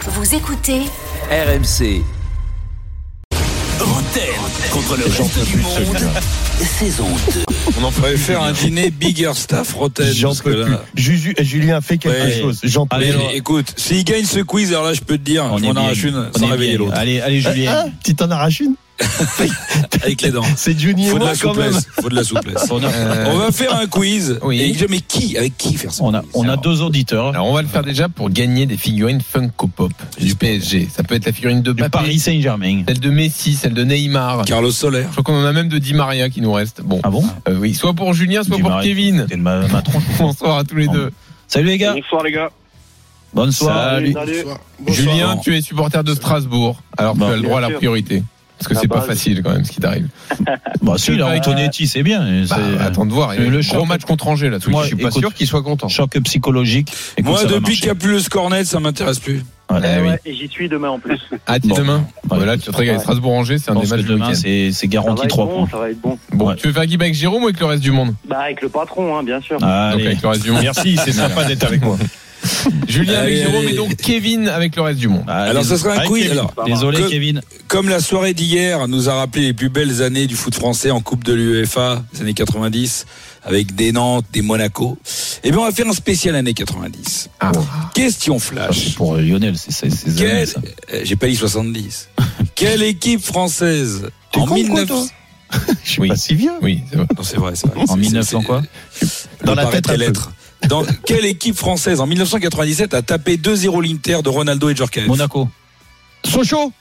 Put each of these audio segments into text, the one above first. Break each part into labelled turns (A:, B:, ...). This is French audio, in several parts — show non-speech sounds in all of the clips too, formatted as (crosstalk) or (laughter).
A: Vous écoutez
B: RMC.
C: Rotten contre le
D: J'en peux
C: reste
D: plus
C: du
D: de ce
C: monde.
D: gars.
C: Saison 2.
E: On en pourrait faire un dîner bigger staff Rotten.
D: J'en
E: parce que
D: peux plus.
E: là-
D: Juju- Julien fait quelque
E: Ouais.
D: chose. J'en peux
E: Allez,
D: plus.
E: écoute, s'il gagne ce quiz, alors là, je peux te dire, on,
F: est
E: en
F: bien.
E: arrache une
F: On
E: sans
F: est
E: réveiller
F: bien.
E: l'autre.
F: Allez, allez,
D: Ah,
F: Julien.
D: tu t'en arraches une
E: Avec
F: (laughs)
E: les dents.
D: C'est Johnny et
E: Faut de
F: hein,
D: moi
E: la
D: quand même.
E: souplesse. Faut de la souplesse. On va faire un quiz.
F: Oui.
E: Et jamais qui, avec qui faire ça
F: On a, on a deux auditeurs.
G: Alors on va le faire déjà pour gagner des figurines Funko Pop du PSG. Ça peut être la figurine de
F: Du
G: Mbappé,
F: Paris Saint-Germain.
G: celle de Messi, celle de Neymar. Je
E: Carlos Soler.
G: crois qu'on en a même de Di Maria qui nous reste. Bon,
F: Ah bon
G: Euh, oui, soit pour Julien, soit
F: Di
G: pour
F: Maria.
G: Kevin. (laughs)
F: C'était de ma- ma tronche.
G: Bonsoir à tous les
F: Non.
G: deux.
F: Salut les gars.
H: Bonsoir les gars.
F: Bonsoir.
G: Salut. Julien,
E: Bonsoir.
G: tu es supporter de Strasbourg. Alors
F: Bon.
G: tu as le droit à la
H: Bien sûr.
G: priorité. Parce que
H: La
G: c'est pas
H: base.
G: facile quand même ce qui t'arrive.
F: Bah, si, là, Antonetti, c'est bien.
G: Bah,
F: C'est-
G: attends de voir. Il y a
F: Euh,
G: un
F: le
G: gros
F: choc-
G: match contre Angers là.
F: Moi,
G: je suis pas
F: écoute-
G: sûr qu'il soit content.
F: Choc psychologique. Écoute,
E: Moi,
F: ça va
E: depuis
F: marcher.
E: qu'il n'y a plus le scornet, ça m'intéresse plus.
F: Voilà.
G: Eh oui.
H: Et j'y suis demain en plus.
G: À
F: Bon.
G: demain.
F: Ouais.
G: Voilà, tu te régales. Strasbourg-Angers, c'est
F: Je
G: un des
F: pense que
G: matchs du
F: demain,
G: week-end.
F: c'est c'est
H: Ça va
F: garanti
H: être
F: 3
H: bon,
F: points.
H: ça va être bon.
G: Bon,
F: Ouais.
G: tu veux faire un guide avec Jérôme ou avec le reste du monde
H: Bah avec le patron, hein, bien sûr.
G: Donc
F: Allez.
G: avec le reste du monde.
F: Merci, c'est sympa d'être avec moi.
G: (laughs) Julien avec
E: Allez,
G: Jérôme
E: allez.
G: et donc Kevin avec le reste du monde.
E: Alors, ça sera un
F: Allez,
E: quiz,
F: Kevin.
E: alors.
F: Désolé,
E: Que-
F: Kevin.
E: Comme la soirée d'hier nous a rappelé les plus belles années du foot français en Coupe de l'UEFA, les années 90, avec des Nantes, des Monaco, eh bien, on va faire un spécial années 90.
G: Ah.
E: Question
F: Ah, c'est
E: flash.
F: Pour euh, Lionel, c'est c'est- c'est
E: Quel-
F: années, ça.
E: Euh, J'ai pas dit 70. Quelle équipe française en
D: con, quoi,
E: 1900
D: toi Je suis
G: Oui.
D: pas si vieux.
G: Oui, c'est vrai.
E: Non, c'est vrai, c'est euh, vrai.
F: En 1900 quoi
E: Dans la tête
D: un peu.
E: lettres. Dans quelle équipe française en 1997 a tapé 2-0 l'Inter de Ronaldo et Djorkaeff
F: Monaco.
D: Sochaux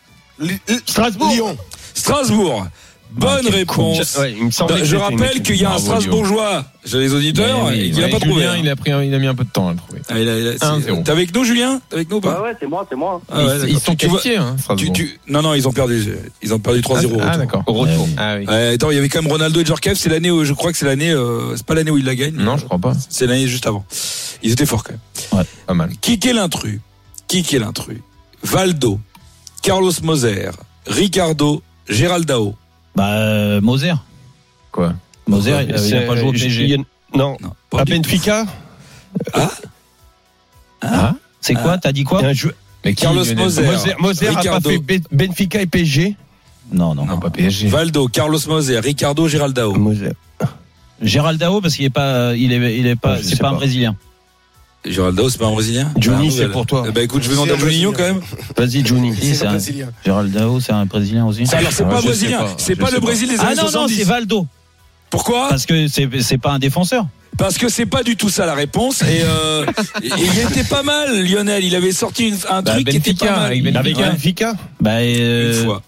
D: Strasbourg
E: euh, Lyon. Strasbourg. Bonne
F: quel
E: réponse.
D: Ouais, il me semblait que
E: bah, Je
D: c'était une
E: rappelle
D: équipe.
E: qu'il y a un
G: Bravo,
E: Strasbourgeois chez les auditeurs
G: Mais oui,
E: et qu'il n'a
G: ouais,
E: pas trouvé.
G: Julien,
E: hein.
G: il a pris, un- il a mis un peu de temps à le trouver.
E: Ah, il a- il a- c'est-
G: 1-0.
E: T'es avec nous, Julien T'es avec nous ou
H: Ouais
E: pas
H: ouais, c'est moi, c'est moi.
E: Ah ouais,
G: ils,
E: d'accord.
G: ils sont
E: Tu vois-
G: qualifiés, hein,
E: tu-
G: Strasbourg.
E: tu- Non, non, ils ont perdu. Ils ont perdu 3-0. au
G: Ah,
E: retour.
G: d'accord. Au
F: retour.
G: Ah oui.
E: Ouais, Euh, attends, il y avait quand même Ronaldo et Djorkaeff. C'est l'année où je crois que c'est l'année. euh, c'est pas l'année où il la gagne.
G: Non, je crois pas.
E: C'est l'année juste avant. Ils étaient forts quand même.
G: Pas mal.
E: Qui est l'intrus Qui est l'intrus Valdo, Carlos Moser, Ricardo, Géraldao.
F: Bah, euh, Moser.
G: Quoi
F: Moser, il a- il a pas
D: euh,
F: joué au PSG.
D: Non.
E: Non, pas
D: À
E: du tout.
D: Benfica
F: Hein C'est quoi T'as dit quoi
D: il y a un jeu-
G: Mais qui,
E: Carlos
G: Lionel
E: Moser,
D: Moser Moser a pas
E: Ricardo.
D: fait Ben- Benfica et PSG
F: Non, non.
G: Non, pas PSG.
E: Valdo, Carlos Moser, Ricardo, Géraldao.
D: Moser.
F: Gérald Dao, parce qu'il est pas, il est, il est pas,
D: Je
F: c'est
D: sais
F: pas, un
D: pas.
F: Brésilien.
E: Géraldao, c'est pas un Brésilien
D: Johnny,
E: Ah,
D: c'est
E: nouvelle.
D: pour toi.
E: Eh ben, écoute, je vais demander à Juninho quand même.
F: Vas-y, Johnny. C'est un Gérald Dao, c'est un Brésilien aussi.
E: Ça, Alors, c'est
G: Ah,
E: pas
G: je sais
E: Brésilien.
G: pas,
E: C'est
G: je
E: pas
G: sais
E: le
G: pas.
E: Brésil des
F: Ah
E: années
F: non, non,
E: 70.
F: c'est Valdo.
E: Pourquoi
F: Parce que c'est, c'est pas un défenseur.
E: Parce que c'est pas du tout ça la réponse. Et euh, il était pas mal, Lionel. Il avait sorti une- un
G: Bah,
E: truc qui était
G: Benfica,
E: pas mal.
G: avec Benfica.
D: Avec
G: Ouais.
D: Benfica
F: Bah,
E: Une
F: euh,
E: fois.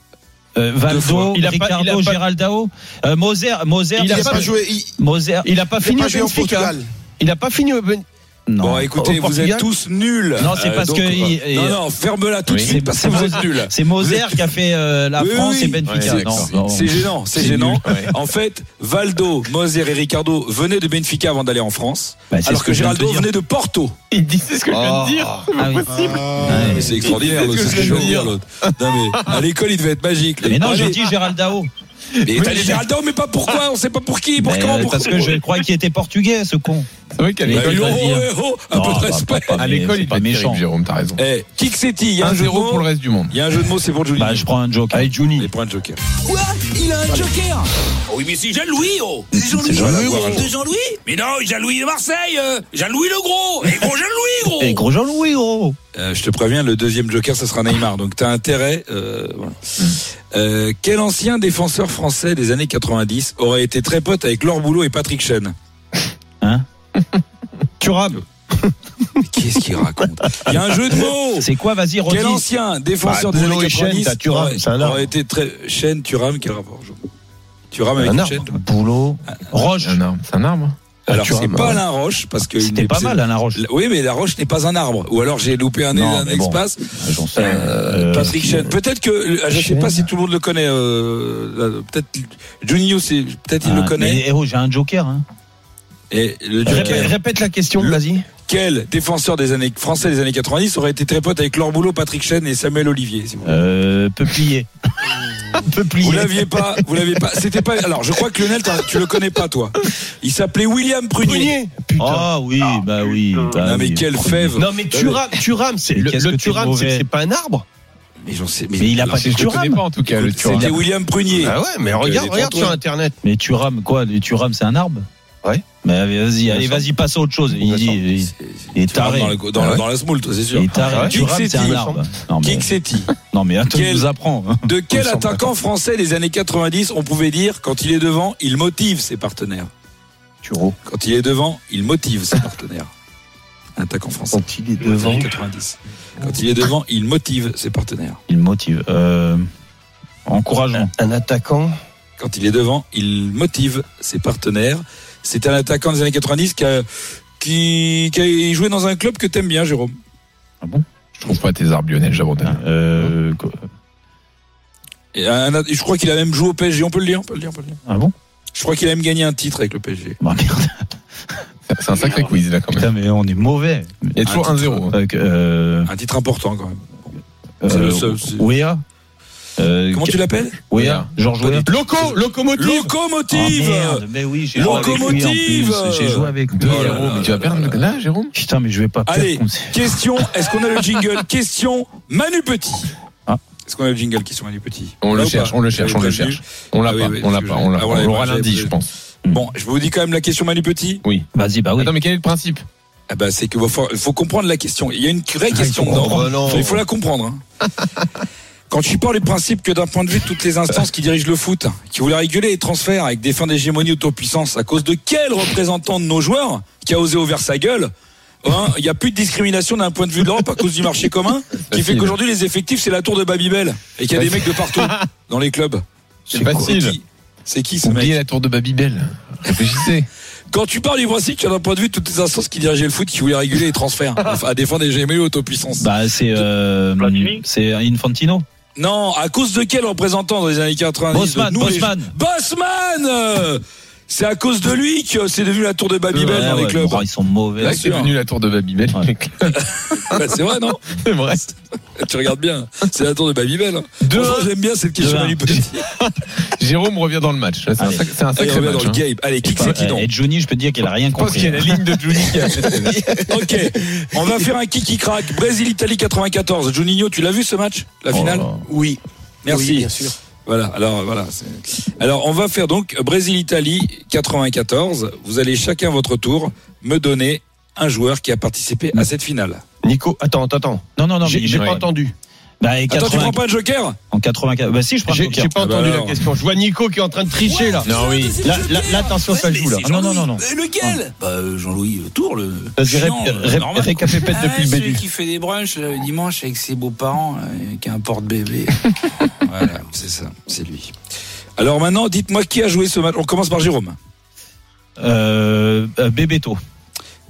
F: euh,
E: Deux fois.
F: Valdo,
D: Il a pas- il a
F: Ricardo,
D: pas-
F: Gérald Dao, euh, Moser, Moser,
D: Il a
F: c'est
D: pas
F: pas-
I: joué, il,
F: Moser.
D: Il n'a pas fini
I: pas
D: au
I: joué en
D: Benfica.
I: Portugal.
D: Il n'a pas fini au Ben-
F: Non.
E: Bon, écoutez,
D: Au
E: vous
D: Portugal
E: êtes tous nuls.
F: Non, c'est parce
E: donc,
F: que
E: euh,
F: il- il-
E: Non, non, ferme-la tout de
G: Oui.
E: suite parce que vous êtes nuls.
F: C'est Moser qui a fait euh, la
E: Oui,
F: France
E: oui.
F: et Benfica.
G: Ouais,
F: non,
G: c'est-
F: non.
E: C'est gênant, c'est
G: C'est
E: gênant.
G: nul, ouais.
E: En fait, Valdo, Moser et Ricardo venaient de Benfica avant d'aller en France,
F: Bah, c'est
E: alors
F: ce
E: que
F: je viens de te
E: Géraldo
F: dire.
E: venait de Porto.
G: Il dit c'est ce que je viens de dire.
F: Ah oui.
E: Ah, mais c'est extraordinaire, l'autre,
G: C'est
E: c'est
G: ce
E: ce
G: que
E: que
G: je
E: je
G: veux
E: veux
G: dire.
E: dire, l'autre. Non, mais à l'école, il devait être magique.
F: Mais non,
E: Allez,
F: j'ai dit Gérald Dao.
E: Mais t'as dit Géraldo, mais pas pourquoi, on sait pas pour qui, pour
F: Mais,
E: comment,
F: euh,
E: pour
F: parce que je crois qu'il était portugais, ce con.
G: C'est vrai qu'à
F: Mais
E: Bah,
G: l'école,
F: il
E: oh,
F: doit
E: oh,
F: dire.
E: oh, un peu
F: Non,
E: de
F: bah,
E: respect.
F: pas- pas-
G: à
F: mais
G: l'école,
F: c'est
G: il
F: pas
G: est
F: méchant.
G: méchant. Jérôme, t'as raison.
E: Eh, Kick City, il y a un jeu
G: 1-0
E: de
G: pour le
E: mots.
G: reste du monde.
E: Il y a un jeu de mots, c'est pour Julie.
F: Bah, je prends un joker.
D: Avec
E: Les
D: Johnny.
E: points de Joker. Ah
C: Quoi Il a un joker
E: Oui, mais si, Jean-Louis, oh
C: C'est Jean-Louis
E: Jean-Louis, oui, oui.
C: De Jean-Louis
E: Mais non, Jean-Louis de Marseille, euh, Jean-Louis le gros, et gros Jean-Louis, gros
F: Et gros Jean-Louis, gros.
E: Euh, je te préviens, le deuxième joker, ça sera Neymar. Donc t'as intérêt. euh, voilà.
C: Mm.
E: Euh, quel ancien défenseur français des années 90 aurait été très pote avec Laure Boulot et Patrick Chen
F: Turab.
E: Mais Qu'est-ce qu'il raconte Il y a un jeu de mots.
F: C'est quoi, vas-y,
E: Oh. Quel
F: redis.
E: ancien défenseur
D: Bah,
E: des
D: Boulot
E: années
D: et Chen,
E: 90
D: t'as Thuram,
E: aurait,
D: c'est un arbre.
E: aurait été très Chen Turam quel rapport je- Thuram
D: Un
E: avec
D: arbre.
E: Chen toi
F: Ah, Boulot.
E: Ah,
F: Roche.
G: Un arbre. C'est un arbre. hein.
E: Alors
D: Thuram,
E: c'est pas
D: ouais.
E: Alain Roche parce que il
F: C'était
E: n'est-
F: pas
E: c'est-
F: mal, Alain Roche.
E: Oui, mais la roche n'est pas un arbre. Ou alors j'ai loupé un,
F: Non,
E: un
F: mais bon.
E: espace.
F: Ah, J'en sais.
E: Euh, Patrick Chen. Peut-être que euh, je sais
F: Chen.
E: pas si tout le monde le connaît. euh, là, peut-être Juninho, c'est peut-être il le connaît.
F: Eh oh, j'ai un joker. Hein.
E: Et le
D: Répète,
E: Joker.
D: répète la question, vas-y.
E: Quel défenseur des années français des années 90 aurait été très pote avec Laure Boulot, Patrick Chen et Samuel Olivier si vous voulez.
F: Euh, Peuplier.
D: Peuplier.
E: Vous l'aviez pas, vous l'aviez pas. C'était pas. Alors, je crois que Lionel, t'as- tu le connais pas, toi. Il s'appelait William Prunier.
D: Prunier. Putain.
F: Ah oui, bah oui. bah
E: Non, mais Euh,
F: oui.
E: quelle fève.
D: Non Ah, mais Turam, Turam, c'est
F: Mais
D: le,
F: qu'est-ce
D: le
F: que t'es
D: Turam, c'est
F: mauvais.
D: c'est pas un arbre.
E: Mais j'en sais.
F: Mais il a
E: alors,
F: pas
E: c'est-
F: de
G: Je ne connais
F: Turam.
G: pas en tout cas le Turam.
E: C'était William Prunier.
D: Ah ouais, mais
E: Donc,
D: regarde,
E: euh,
D: regarde
E: détends-toi.
D: sur internet.
F: Mais Turam, quoi Le Turam, c'est un arbre
D: Ouais.
F: Mais vas-y, allez,
D: me semble.
F: vas-y, passe à autre chose.
D: Il
F: Il
D: me
F: dit.
D: semble.
F: il- Il est
E: Tu rentres
F: taré. Ah
E: Dans la, dans, la- dans la smoule, toi, c'est bah, sûr.
F: Il est taré.
E: Ah ouais.
F: Turam, c'est
E: Kik
F: un
E: Séti.
F: arbre. Non, mais,
E: Kick Setti.
F: non, mais attends,
E: Quel-
F: il nous apprend.
E: (laughs)
F: hein.
E: De quel
D: semble
E: attaquant français des années 90 on pouvait dire quand il est devant, il motive ses partenaires
F: Turo.
E: Quand il est devant, il motive ses partenaires. Un attaquant français.
F: Quand il est
E: Des
F: devant,
E: années 90. Quand il est devant, il motive ses partenaires.
F: il motive. Euh,
E: (laughs)
F: encourageant.
D: Un attaquant.
E: Quand il est devant, il motive ses partenaires. C'est un attaquant des années 90 qui a, qui, qui a joué dans un club que t'aimes bien, Jérôme.
G: Je trouve pas tes arbres Lionel,
E: Ah.
G: j'abandonne.
F: Euh, quoi-
E: Et un- et je crois qu'il a même joué au PSG. On peut le dire, on peut le dire, on peut le dire.
F: ah bon
E: Je crois qu'il a même gagné un titre avec le PSG.
F: Bah
E: (laughs)
F: merde.
G: C'est un
E: Ah.
G: sacré quiz là quand même.
F: Putain, mais on est mauvais.
G: Il y a toujours
E: Un
G: un
E: titre.
G: zéro. hein.
F: Euh, euh,
E: Un titre important quand même. C'est le seul, c'est-
F: Wea. Euh,
E: Comment tu l'appelles
F: Wea. Georges Wea.
D: Loco, locomotive.
E: Locomotive
F: Ah, merde, mais oui, j'ai joué avec lui en
E: Locomotive
F: plus. J'ai joué avec lui.
G: Deux
E: Oh là
G: zéro.
E: là
G: Mais tu
E: là
G: vas perdre
E: là
G: là, Jérôme
F: Putain, mais je vais pas perdre
E: Allez.
F: contre ces-
E: Question, est-ce qu'on a le
G: (laughs)
E: jingle Question Manu Petit.
F: Ah.
E: Est-ce qu'on a le jingle Question Manu Petit
G: On
E: Là
G: le
E: ou
G: cherche,
E: pas
G: on le cherche,
E: Vous
G: on le
E: l'avez
G: cherche.
E: prévenu
G: On l'a
E: Ah oui,
G: pas,
E: oui,
G: on l'a
E: parce
G: pas,
E: que
G: on l'a
E: je- Ah,
G: pas. On
E: voilà,
G: l'aura
E: j'ai-
G: lundi,
E: j'ai-
G: je pense.
E: Bon, je vous dis quand même la question Manu Petit.
F: Vas-y, bah oui.
G: Attends, mais quel est le principe
E: Ah bah, c'est que il faut, faut comprendre la question. Il y a une vraie question
F: faut
E: dedans.
G: Bah
F: comprendre.
E: Il faut- Il faut la comprendre. hein. Quand tu parles du principe que d'un point de vue de toutes les instances qui dirigent le foot, qui voulaient réguler les transferts avec des fins d'hégémonie autopuissance, à cause de quel représentant de nos joueurs qui a osé ouvrir sa gueule hein, Il n'y a plus de discrimination d'un point de vue de l'Europe à cause du marché commun, qui fait
G: facile.
E: qu'aujourd'hui les effectifs c'est la tour de Babybel et qu'il y a des mecs de partout dans les clubs.
G: C'est
E: quoi
G: facile.
E: qui C'est qui ce mec
G: Oubliez la tour de Babybel. Réfléchissez.
E: Quand tu parles du principe que d'un point de vue de toutes les instances qui dirigeaient le foot, qui voulaient réguler les
F: (laughs)
E: transferts à des fins d'hégémonie autopuissance.
F: Bah, c'est. euh,
H: Platini
F: c'est Infantino.
E: Non, à cause de quel représentant dans les années 90
F: Bosman,
E: de nous, les-
F: Bosman.
E: Bosman euh, C'est à cause de lui que c'est devenu la tour de Babybel
F: Ouais,
E: dans les
F: ouais,
E: clubs.
F: bon, ils sont mauvais.
G: Là,
E: Bien
G: c'est
E: sûr.
G: devenu la tour de Babybel.
F: Ouais.
E: Bah, c'est vrai,
F: (laughs)
E: non
G: C'est vrai.
E: Tu regardes bien. C'est la tour de Babybel. hein.
G: Deux.
E: Franchement, j'aime bien cette question.
F: Deux.
E: Manu Petit.
G: Jérôme revient dans le match. Là, C'est un
F: Allez.
G: sac- c'est un
E: Ah, il
G: sacré
E: revient dans
G: match.
E: le
G: hein.
E: game. Allez, kick
F: Enfin, euh,
E: c'est donc.
F: Et Johnny, je peux te dire qu'elle a rien
G: Je pense qu'il
F: compris.
G: y a la ligne de Johnny qui a
E: Ok, on va faire un kick qui craque. Brésil-Italie 94. Juninho, tu l'as vu ce match La
G: Oh
E: finale
G: là.
E: Oui. Merci.
C: Oui, bien sûr.
E: Voilà, alors voilà. c'est- Alors on va faire donc Brésil-Italie 94. Vous allez chacun à votre tour me donner un joueur qui a participé à cette finale.
D: Nico, attends, attends, attends.
F: Non, non, non, mais
D: J'ai j'ai
F: il-
G: ouais.
D: pas entendu.
F: Bah, et
E: Attends, tu
F: 80
E: prends pas de joker
F: en 84. Bah, si, je prends le
D: J'ai
F: poker.
D: j'ai pas
E: Ah bah
D: entendu la
E: alors.
D: question. Je vois Nico qui est en train de tricher là.
G: Non, oui.
F: Là, là, là, attention, ça joue là. Ah, Non, non, non, non.
C: Lequel Bah euh, Jean-Louis euh, Tour le.
F: Vas-y, rép-
C: Chiant, euh,
F: rép-
C: normal.
F: récapépète
C: Ah,
F: depuis le
C: celui
F: début.
C: qui fait des brunchs euh, le dimanche avec ses beaux-parents, euh, qui a un
G: (laughs)
C: porte-bébé.
E: Voilà, c'est ça, c'est lui. Alors maintenant, dites-moi qui a joué ce match. On commence par Jérôme.
F: Euh, euh, Bébéto.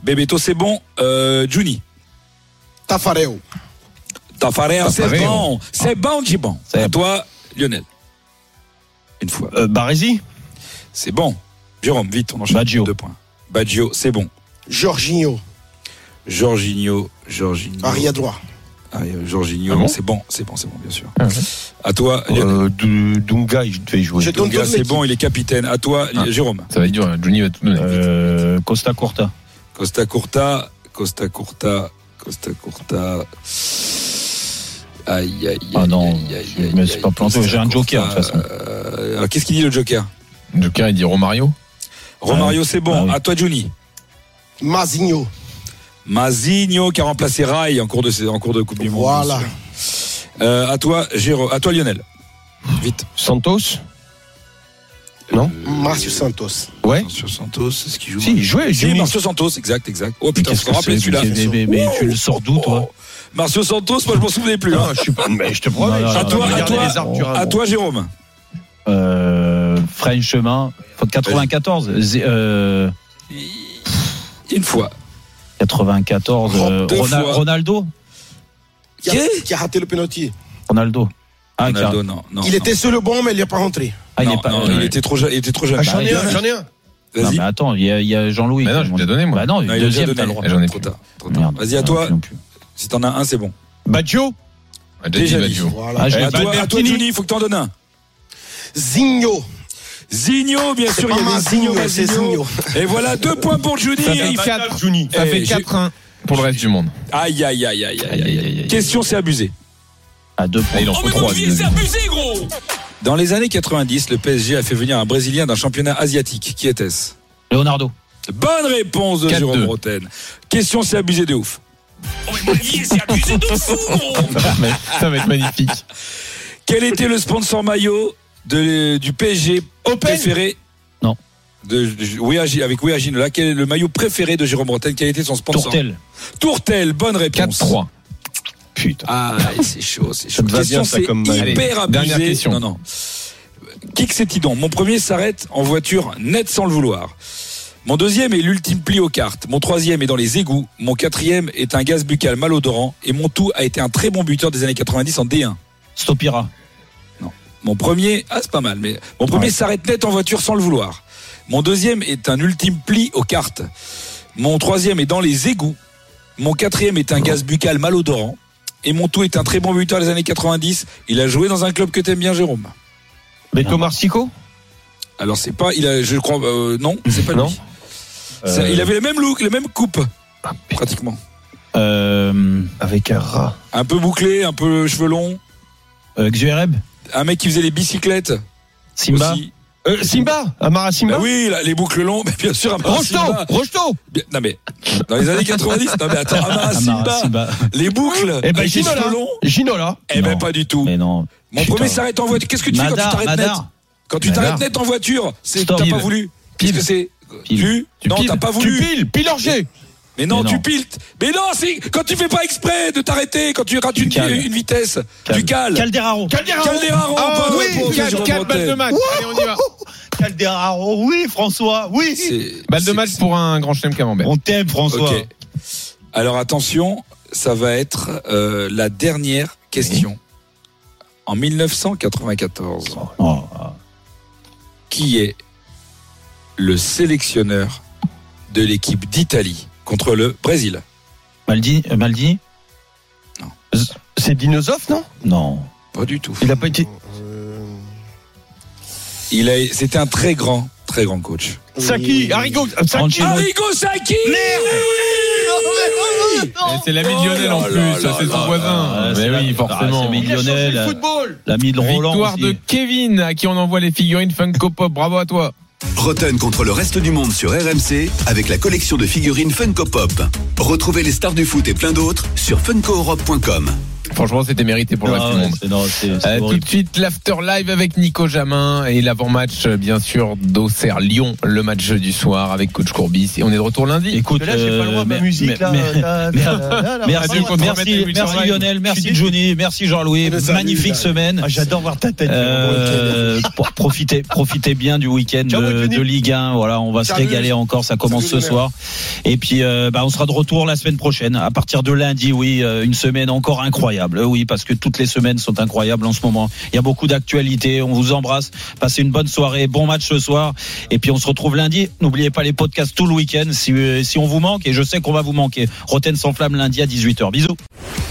E: Bébéto, c'est bon. Euh, Juni.
A: Tafarel,
E: Tafarel, c'est
G: Tafarel.
E: bon. C'est bon, c'est bon.
F: C'est
E: À toi, Lionel. Une fois.
F: Euh, Baresi.
E: C'est bon. Jérôme, vite, on enchaîne.
F: Baggio.
E: Deux points. Baggio, c'est bon.
A: Jorginho,
E: Jorginho, Jorginho.
A: arrière droit.
E: Ariel, Jorginho,
G: Ah bon
E: c'est bon, c'est bon, c'est bon, bien sûr.
G: Ah ouais.
E: À toi, Lionel.
F: Euh, Du- Dunga, je devais y jouer.
A: Je donne
E: Dunga,
A: toute
E: c'est
A: l'équipe.
E: bon, il est capitaine. À toi,
G: Ah.
E: Jérôme.
G: Ça va être dur. hein. Johnny va tout donner.
F: Euh, Costa Corta.
E: Costa Curta, Costa Curta, Costa Curta. Aïe, aïe, aïe.
F: Ah non,
E: aïe, aïe,
F: je
E: aïe,
F: me suis
E: aïe,
F: pas planté,
E: Costa
F: j'ai un
E: Curta,
F: joker, de toute façon.
E: euh, alors, qu'est-ce qu'il dit le joker
G: Joker, il dit Romario.
E: Romario, c'est bon.
F: Ah oui.
E: À toi, Juni.
A: Mazinho,
E: Mazinho qui a remplacé Rai en cours de, en cours de Coupe du Monde.
A: voilà.
E: Euh, à toi, Jérôme. À toi, Lionel. Vite.
D: Santos. Non.
A: Márcio Santos.
D: Ouais.
E: Marcio Santos, c'est ce qu'il joue.
D: Si, il jouait.
E: Si,
D: Jimmy.
E: Marcio Santos, exact, exact. Oh putain,
F: Qu'est-ce
E: faut
F: que
E: rappeler
F: c'est
E: celui-là. Oh,
F: Mais, mais- mais tu le sors d'où, toi Ah,
E: Marcio Santos, moi je m'en souvenais plus. hein.
D: Non, je suis pas. Mais je te
F: Non,
D: promets.
F: non,
D: je suis en train de
E: non, non,
D: regarder
E: non,
D: les arbres
F: non.
D: du Rameau.
E: À toi, Jérôme. Oh.
F: euh, French Chemin, 94, zé- euh,
E: Une fois.
F: 94, euh,
E: Deux
F: Rona-
E: fois.
F: Ronaldo,
A: Qui a,
E: Qui
A: qui a raté le penalty.
F: Ronaldo. Ah, qui a-
E: Ronaldo, non, non,
A: Il
E: non.
A: était sur le banc, mais il n'est pas rentré.
F: ah, il
E: Non,
F: est pas.
E: non,
F: euh,
E: il était trop jeune. Il était trop jeune.
D: Ah, J'en ai
F: Bah,
D: un, j'en ai un.
F: non,
E: Vas-y.
F: mais attends, il y a, il y a Jean-Louis.
G: Bah non, je
F: Comment-
G: l'ai donné, moi.
F: Bah non,
E: Non, il a déjà
F: deuxième,
E: donné.
F: t'as le droit.
G: J'en ai
E: Trop
G: plus. Ah,
E: tard. Trop tard.
F: Merde,
E: Vas-y, à
F: non,
E: toi.
F: non plus.
E: Si t'en as un, c'est bon.
D: Baggio.
G: On a déjà dit
E: Déjà
G: Baggio.
A: Voilà.
F: Ah, je
E: À
F: l'ai pas.
E: toi, à toi,
D: Bertini.
E: Johnny, il faut que t'en donnes un.
A: Zigno.
E: Zigno, bien sûr, il y
A: pas
E: avait
A: Mazinho,
E: Zigno,
A: c'est
E: Mazinho.
A: Zigno.
E: Et voilà, deux points pour Johnny.
G: Ça fait
E: Il fait-
G: quatre.
D: Johnny.
G: Ça
E: Eh,
G: fait
E: j'ai-
G: 4-1 pour le reste du monde.
E: Aïe, aïe, aïe, aïe, aïe, aïe, aïe. Question, c'est abusé. Oh,
F: À deux points.
G: Ah, il en faut 3.
E: Dans les années 90, le PSG a fait venir un Brésilien d'un championnat asiatique. Qui était-ce
F: Leonardo.
E: Bonne réponse de
G: 4-2.
E: Jérôme Roten. Question, c'est abusé de ouf.
G: Ça va être magnifique.
E: Quel était le sponsor maillot de- du PSG préféré
F: Non.
E: De, de- Weagi- avec Weagin, là, quel est le maillot préféré de Jérôme Roten Quel était son sponsor
F: Tourtel.
E: Tourtel, bonne réponse.
G: 4-3.
D: Putain.
E: Ah, c'est chaud, c'est chaud.
D: te va
E: Question,
D: bien, ça,
E: c'est
D: comme euh, mal.
E: hyper
G: Allez, dernière
E: abusé.
G: question.
E: Non, non. Kick c'est Tidon. Mon premier s'arrête en voiture net sans le vouloir. Mon deuxième est l'ultime pli aux cartes. Mon troisième est dans les égouts. Mon quatrième est un gaz buccal malodorant. Et mon tout a été un très bon buteur des années 90 en D1.
F: Stopira.
E: Mon premier, ah c'est pas mal, mais mon premier s'arrête net en voiture sans le vouloir. Mon deuxième est un ultime pli aux cartes. Mon troisième est dans les égouts. Mon quatrième est un gaz buccal malodorant. Et mon tout est un très bon buteur des années 90. Il a joué dans un club que t'aimes bien, Jérôme.
D: Beto Marcico
E: Alors c'est pas, il a, je crois, euh, non, c'est pas
D: Non.
E: lui. Ça, Il avait le même look, la même coupe, pratiquement.
F: Euh,
D: Avec un rat.
E: Un peu bouclé, un peu cheveux longs.
F: euh, Xuereb.
E: Un mec qui faisait les bicyclettes
F: Simba.
E: aussi.
D: Euh, Simba Amara Simba
E: Bah oui, là, les boucles longues, (laughs) mais bien sûr, un
D: Rocheteau Rocheteau
E: Bien- Non mais dans les années 90, non mais attends, Amara
F: Amara
E: Ah, Simba,
F: Simba.
E: les boucles,
D: Eh
E: avec
D: ben,
E: les
D: Ginola.
E: cheveux longs,
D: Ginola
E: eh ben
F: Non.
E: pas du tout.
F: Mais non.
E: Mon
F: Putain.
E: premier s'arrête en voiture. Qu'est-ce que tu fais quand tu
F: Madar,
E: t'arrêtes net
F: Madar.
E: Quand tu
F: Madar.
E: t'arrêtes net en voiture, c'est t'as
F: Stop.
E: pas
F: Pile.
E: voulu. Qu'est-ce que c'est
F: Pile.
E: Tu
F: Tu
E: Non,
F: piles.
E: t'as pas
D: Tu
E: voulu.
D: piles Pile Orger
E: Mais non,
F: Mais
E: tu
F: non.
E: piltes. Mais non, c'est quand tu fais pas exprès de t'arrêter, quand tu rates
F: Du
E: une,
F: cale.
E: une vitesse, tu
F: Calde-
E: cales.
F: Calderaro.
D: Calderaro
E: Calderaro,
D: Ah
E: bonne réponse,
D: oui
E: Jérôme
D: 4 balles de
E: Rotel.
D: match Allez, on y va
F: Calderaro. Oui, François. Oui.
E: C'est-
G: Balle de
E: c'est-
G: match pour un grand chelem camembert.
D: Oh,
F: On t'aime, François.
E: Ok. Alors attention, ça va être euh, la dernière question. En 1994,
F: Oh, ah.
E: qui est le sélectionneur de l'équipe d'Italie contre le Brésil
F: Maldi. euh, Maldi.
D: C'est Dinosoff, non
F: Non.
E: Pas du tout.
D: Il a pas été.
A: Euh,
E: Il a, c'était un très grand, très grand coach.
D: Saki Arrigo Saki
F: Ancelotti.
E: Arrigo Sacchi
G: Et c'est l'ami de Lionel
E: Oh
G: en
E: là
G: plus,
E: là
G: c'est son
E: là
G: voisin.
F: là, c'est
G: Mais
F: la-
G: oui,
F: Ah,
G: forcément.
F: c'est
D: Il a changé
F: Lionel,
D: le
F: euh,
D: football
F: L'ami de Roland.
G: Victoire
F: aussi.
G: de Kevin à qui on envoie les figurines Funko Pop. Bravo à toi.
B: Rotten contre le reste du monde sur RMC avec la collection de figurines Funko Pop. Retrouvez les stars du foot et plein d'autres sur funkoeurope.com.
G: Franchement, c'était mérité pour le reste
F: Ah
G: du
F: ouais,
G: monde.
F: c'est- non, c'est- c'est
G: Euh, tout
F: horrible.
G: de suite, l'after live avec Nico Jamin et l'avant-match, euh, bien sûr, d'Auxerre-Lyon, le match du soir avec Coach Courbis. Et on est de retour lundi.
F: Écoute,
D: Là, j'ai pas le droit à ma
F: euh,
D: musique.
F: mais-
D: là.
F: mais-
D: Ta- ta-
F: mais-
D: ta- ta- ta- ta-
F: Merci,
G: Radio contre
F: merci,
G: Mathieu
F: merci
G: Wilson,
F: Lionel, merci
D: suis
F: Johnny, merci Jean-Louis.
A: On le salue,
F: Magnifique
A: là.
F: semaine.
D: Ah, J'adore voir ta tête.
F: Euh, pro- profitez, profitez bien du week-end
D: Ciao,
F: de,
D: Johnny.
F: de Ligue 1. Voilà, on va se
A: Salut.
F: régaler encore. Ça commence ce
A: Salut,
F: soir.
A: Lionel.
F: Et puis, euh, bah, on sera de retour la semaine prochaine. À partir de lundi, oui, euh, une semaine encore incroyable. Euh, Oui, parce que toutes les semaines sont incroyables en ce moment. Il y a beaucoup d'actualités. On vous embrasse. Passez une bonne soirée. Bon match ce soir. Et puis, on se retrouve lundi. N'oubliez pas les podcasts tout le week-end si, euh, si on vous manque. Et je sais qu'on va vous manquer. Roten sans flamme lundi à 18h. Bisous.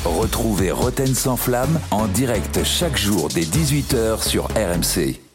I: Retrouvez Roten sans flamme en direct chaque jour dès 18h sur RMC.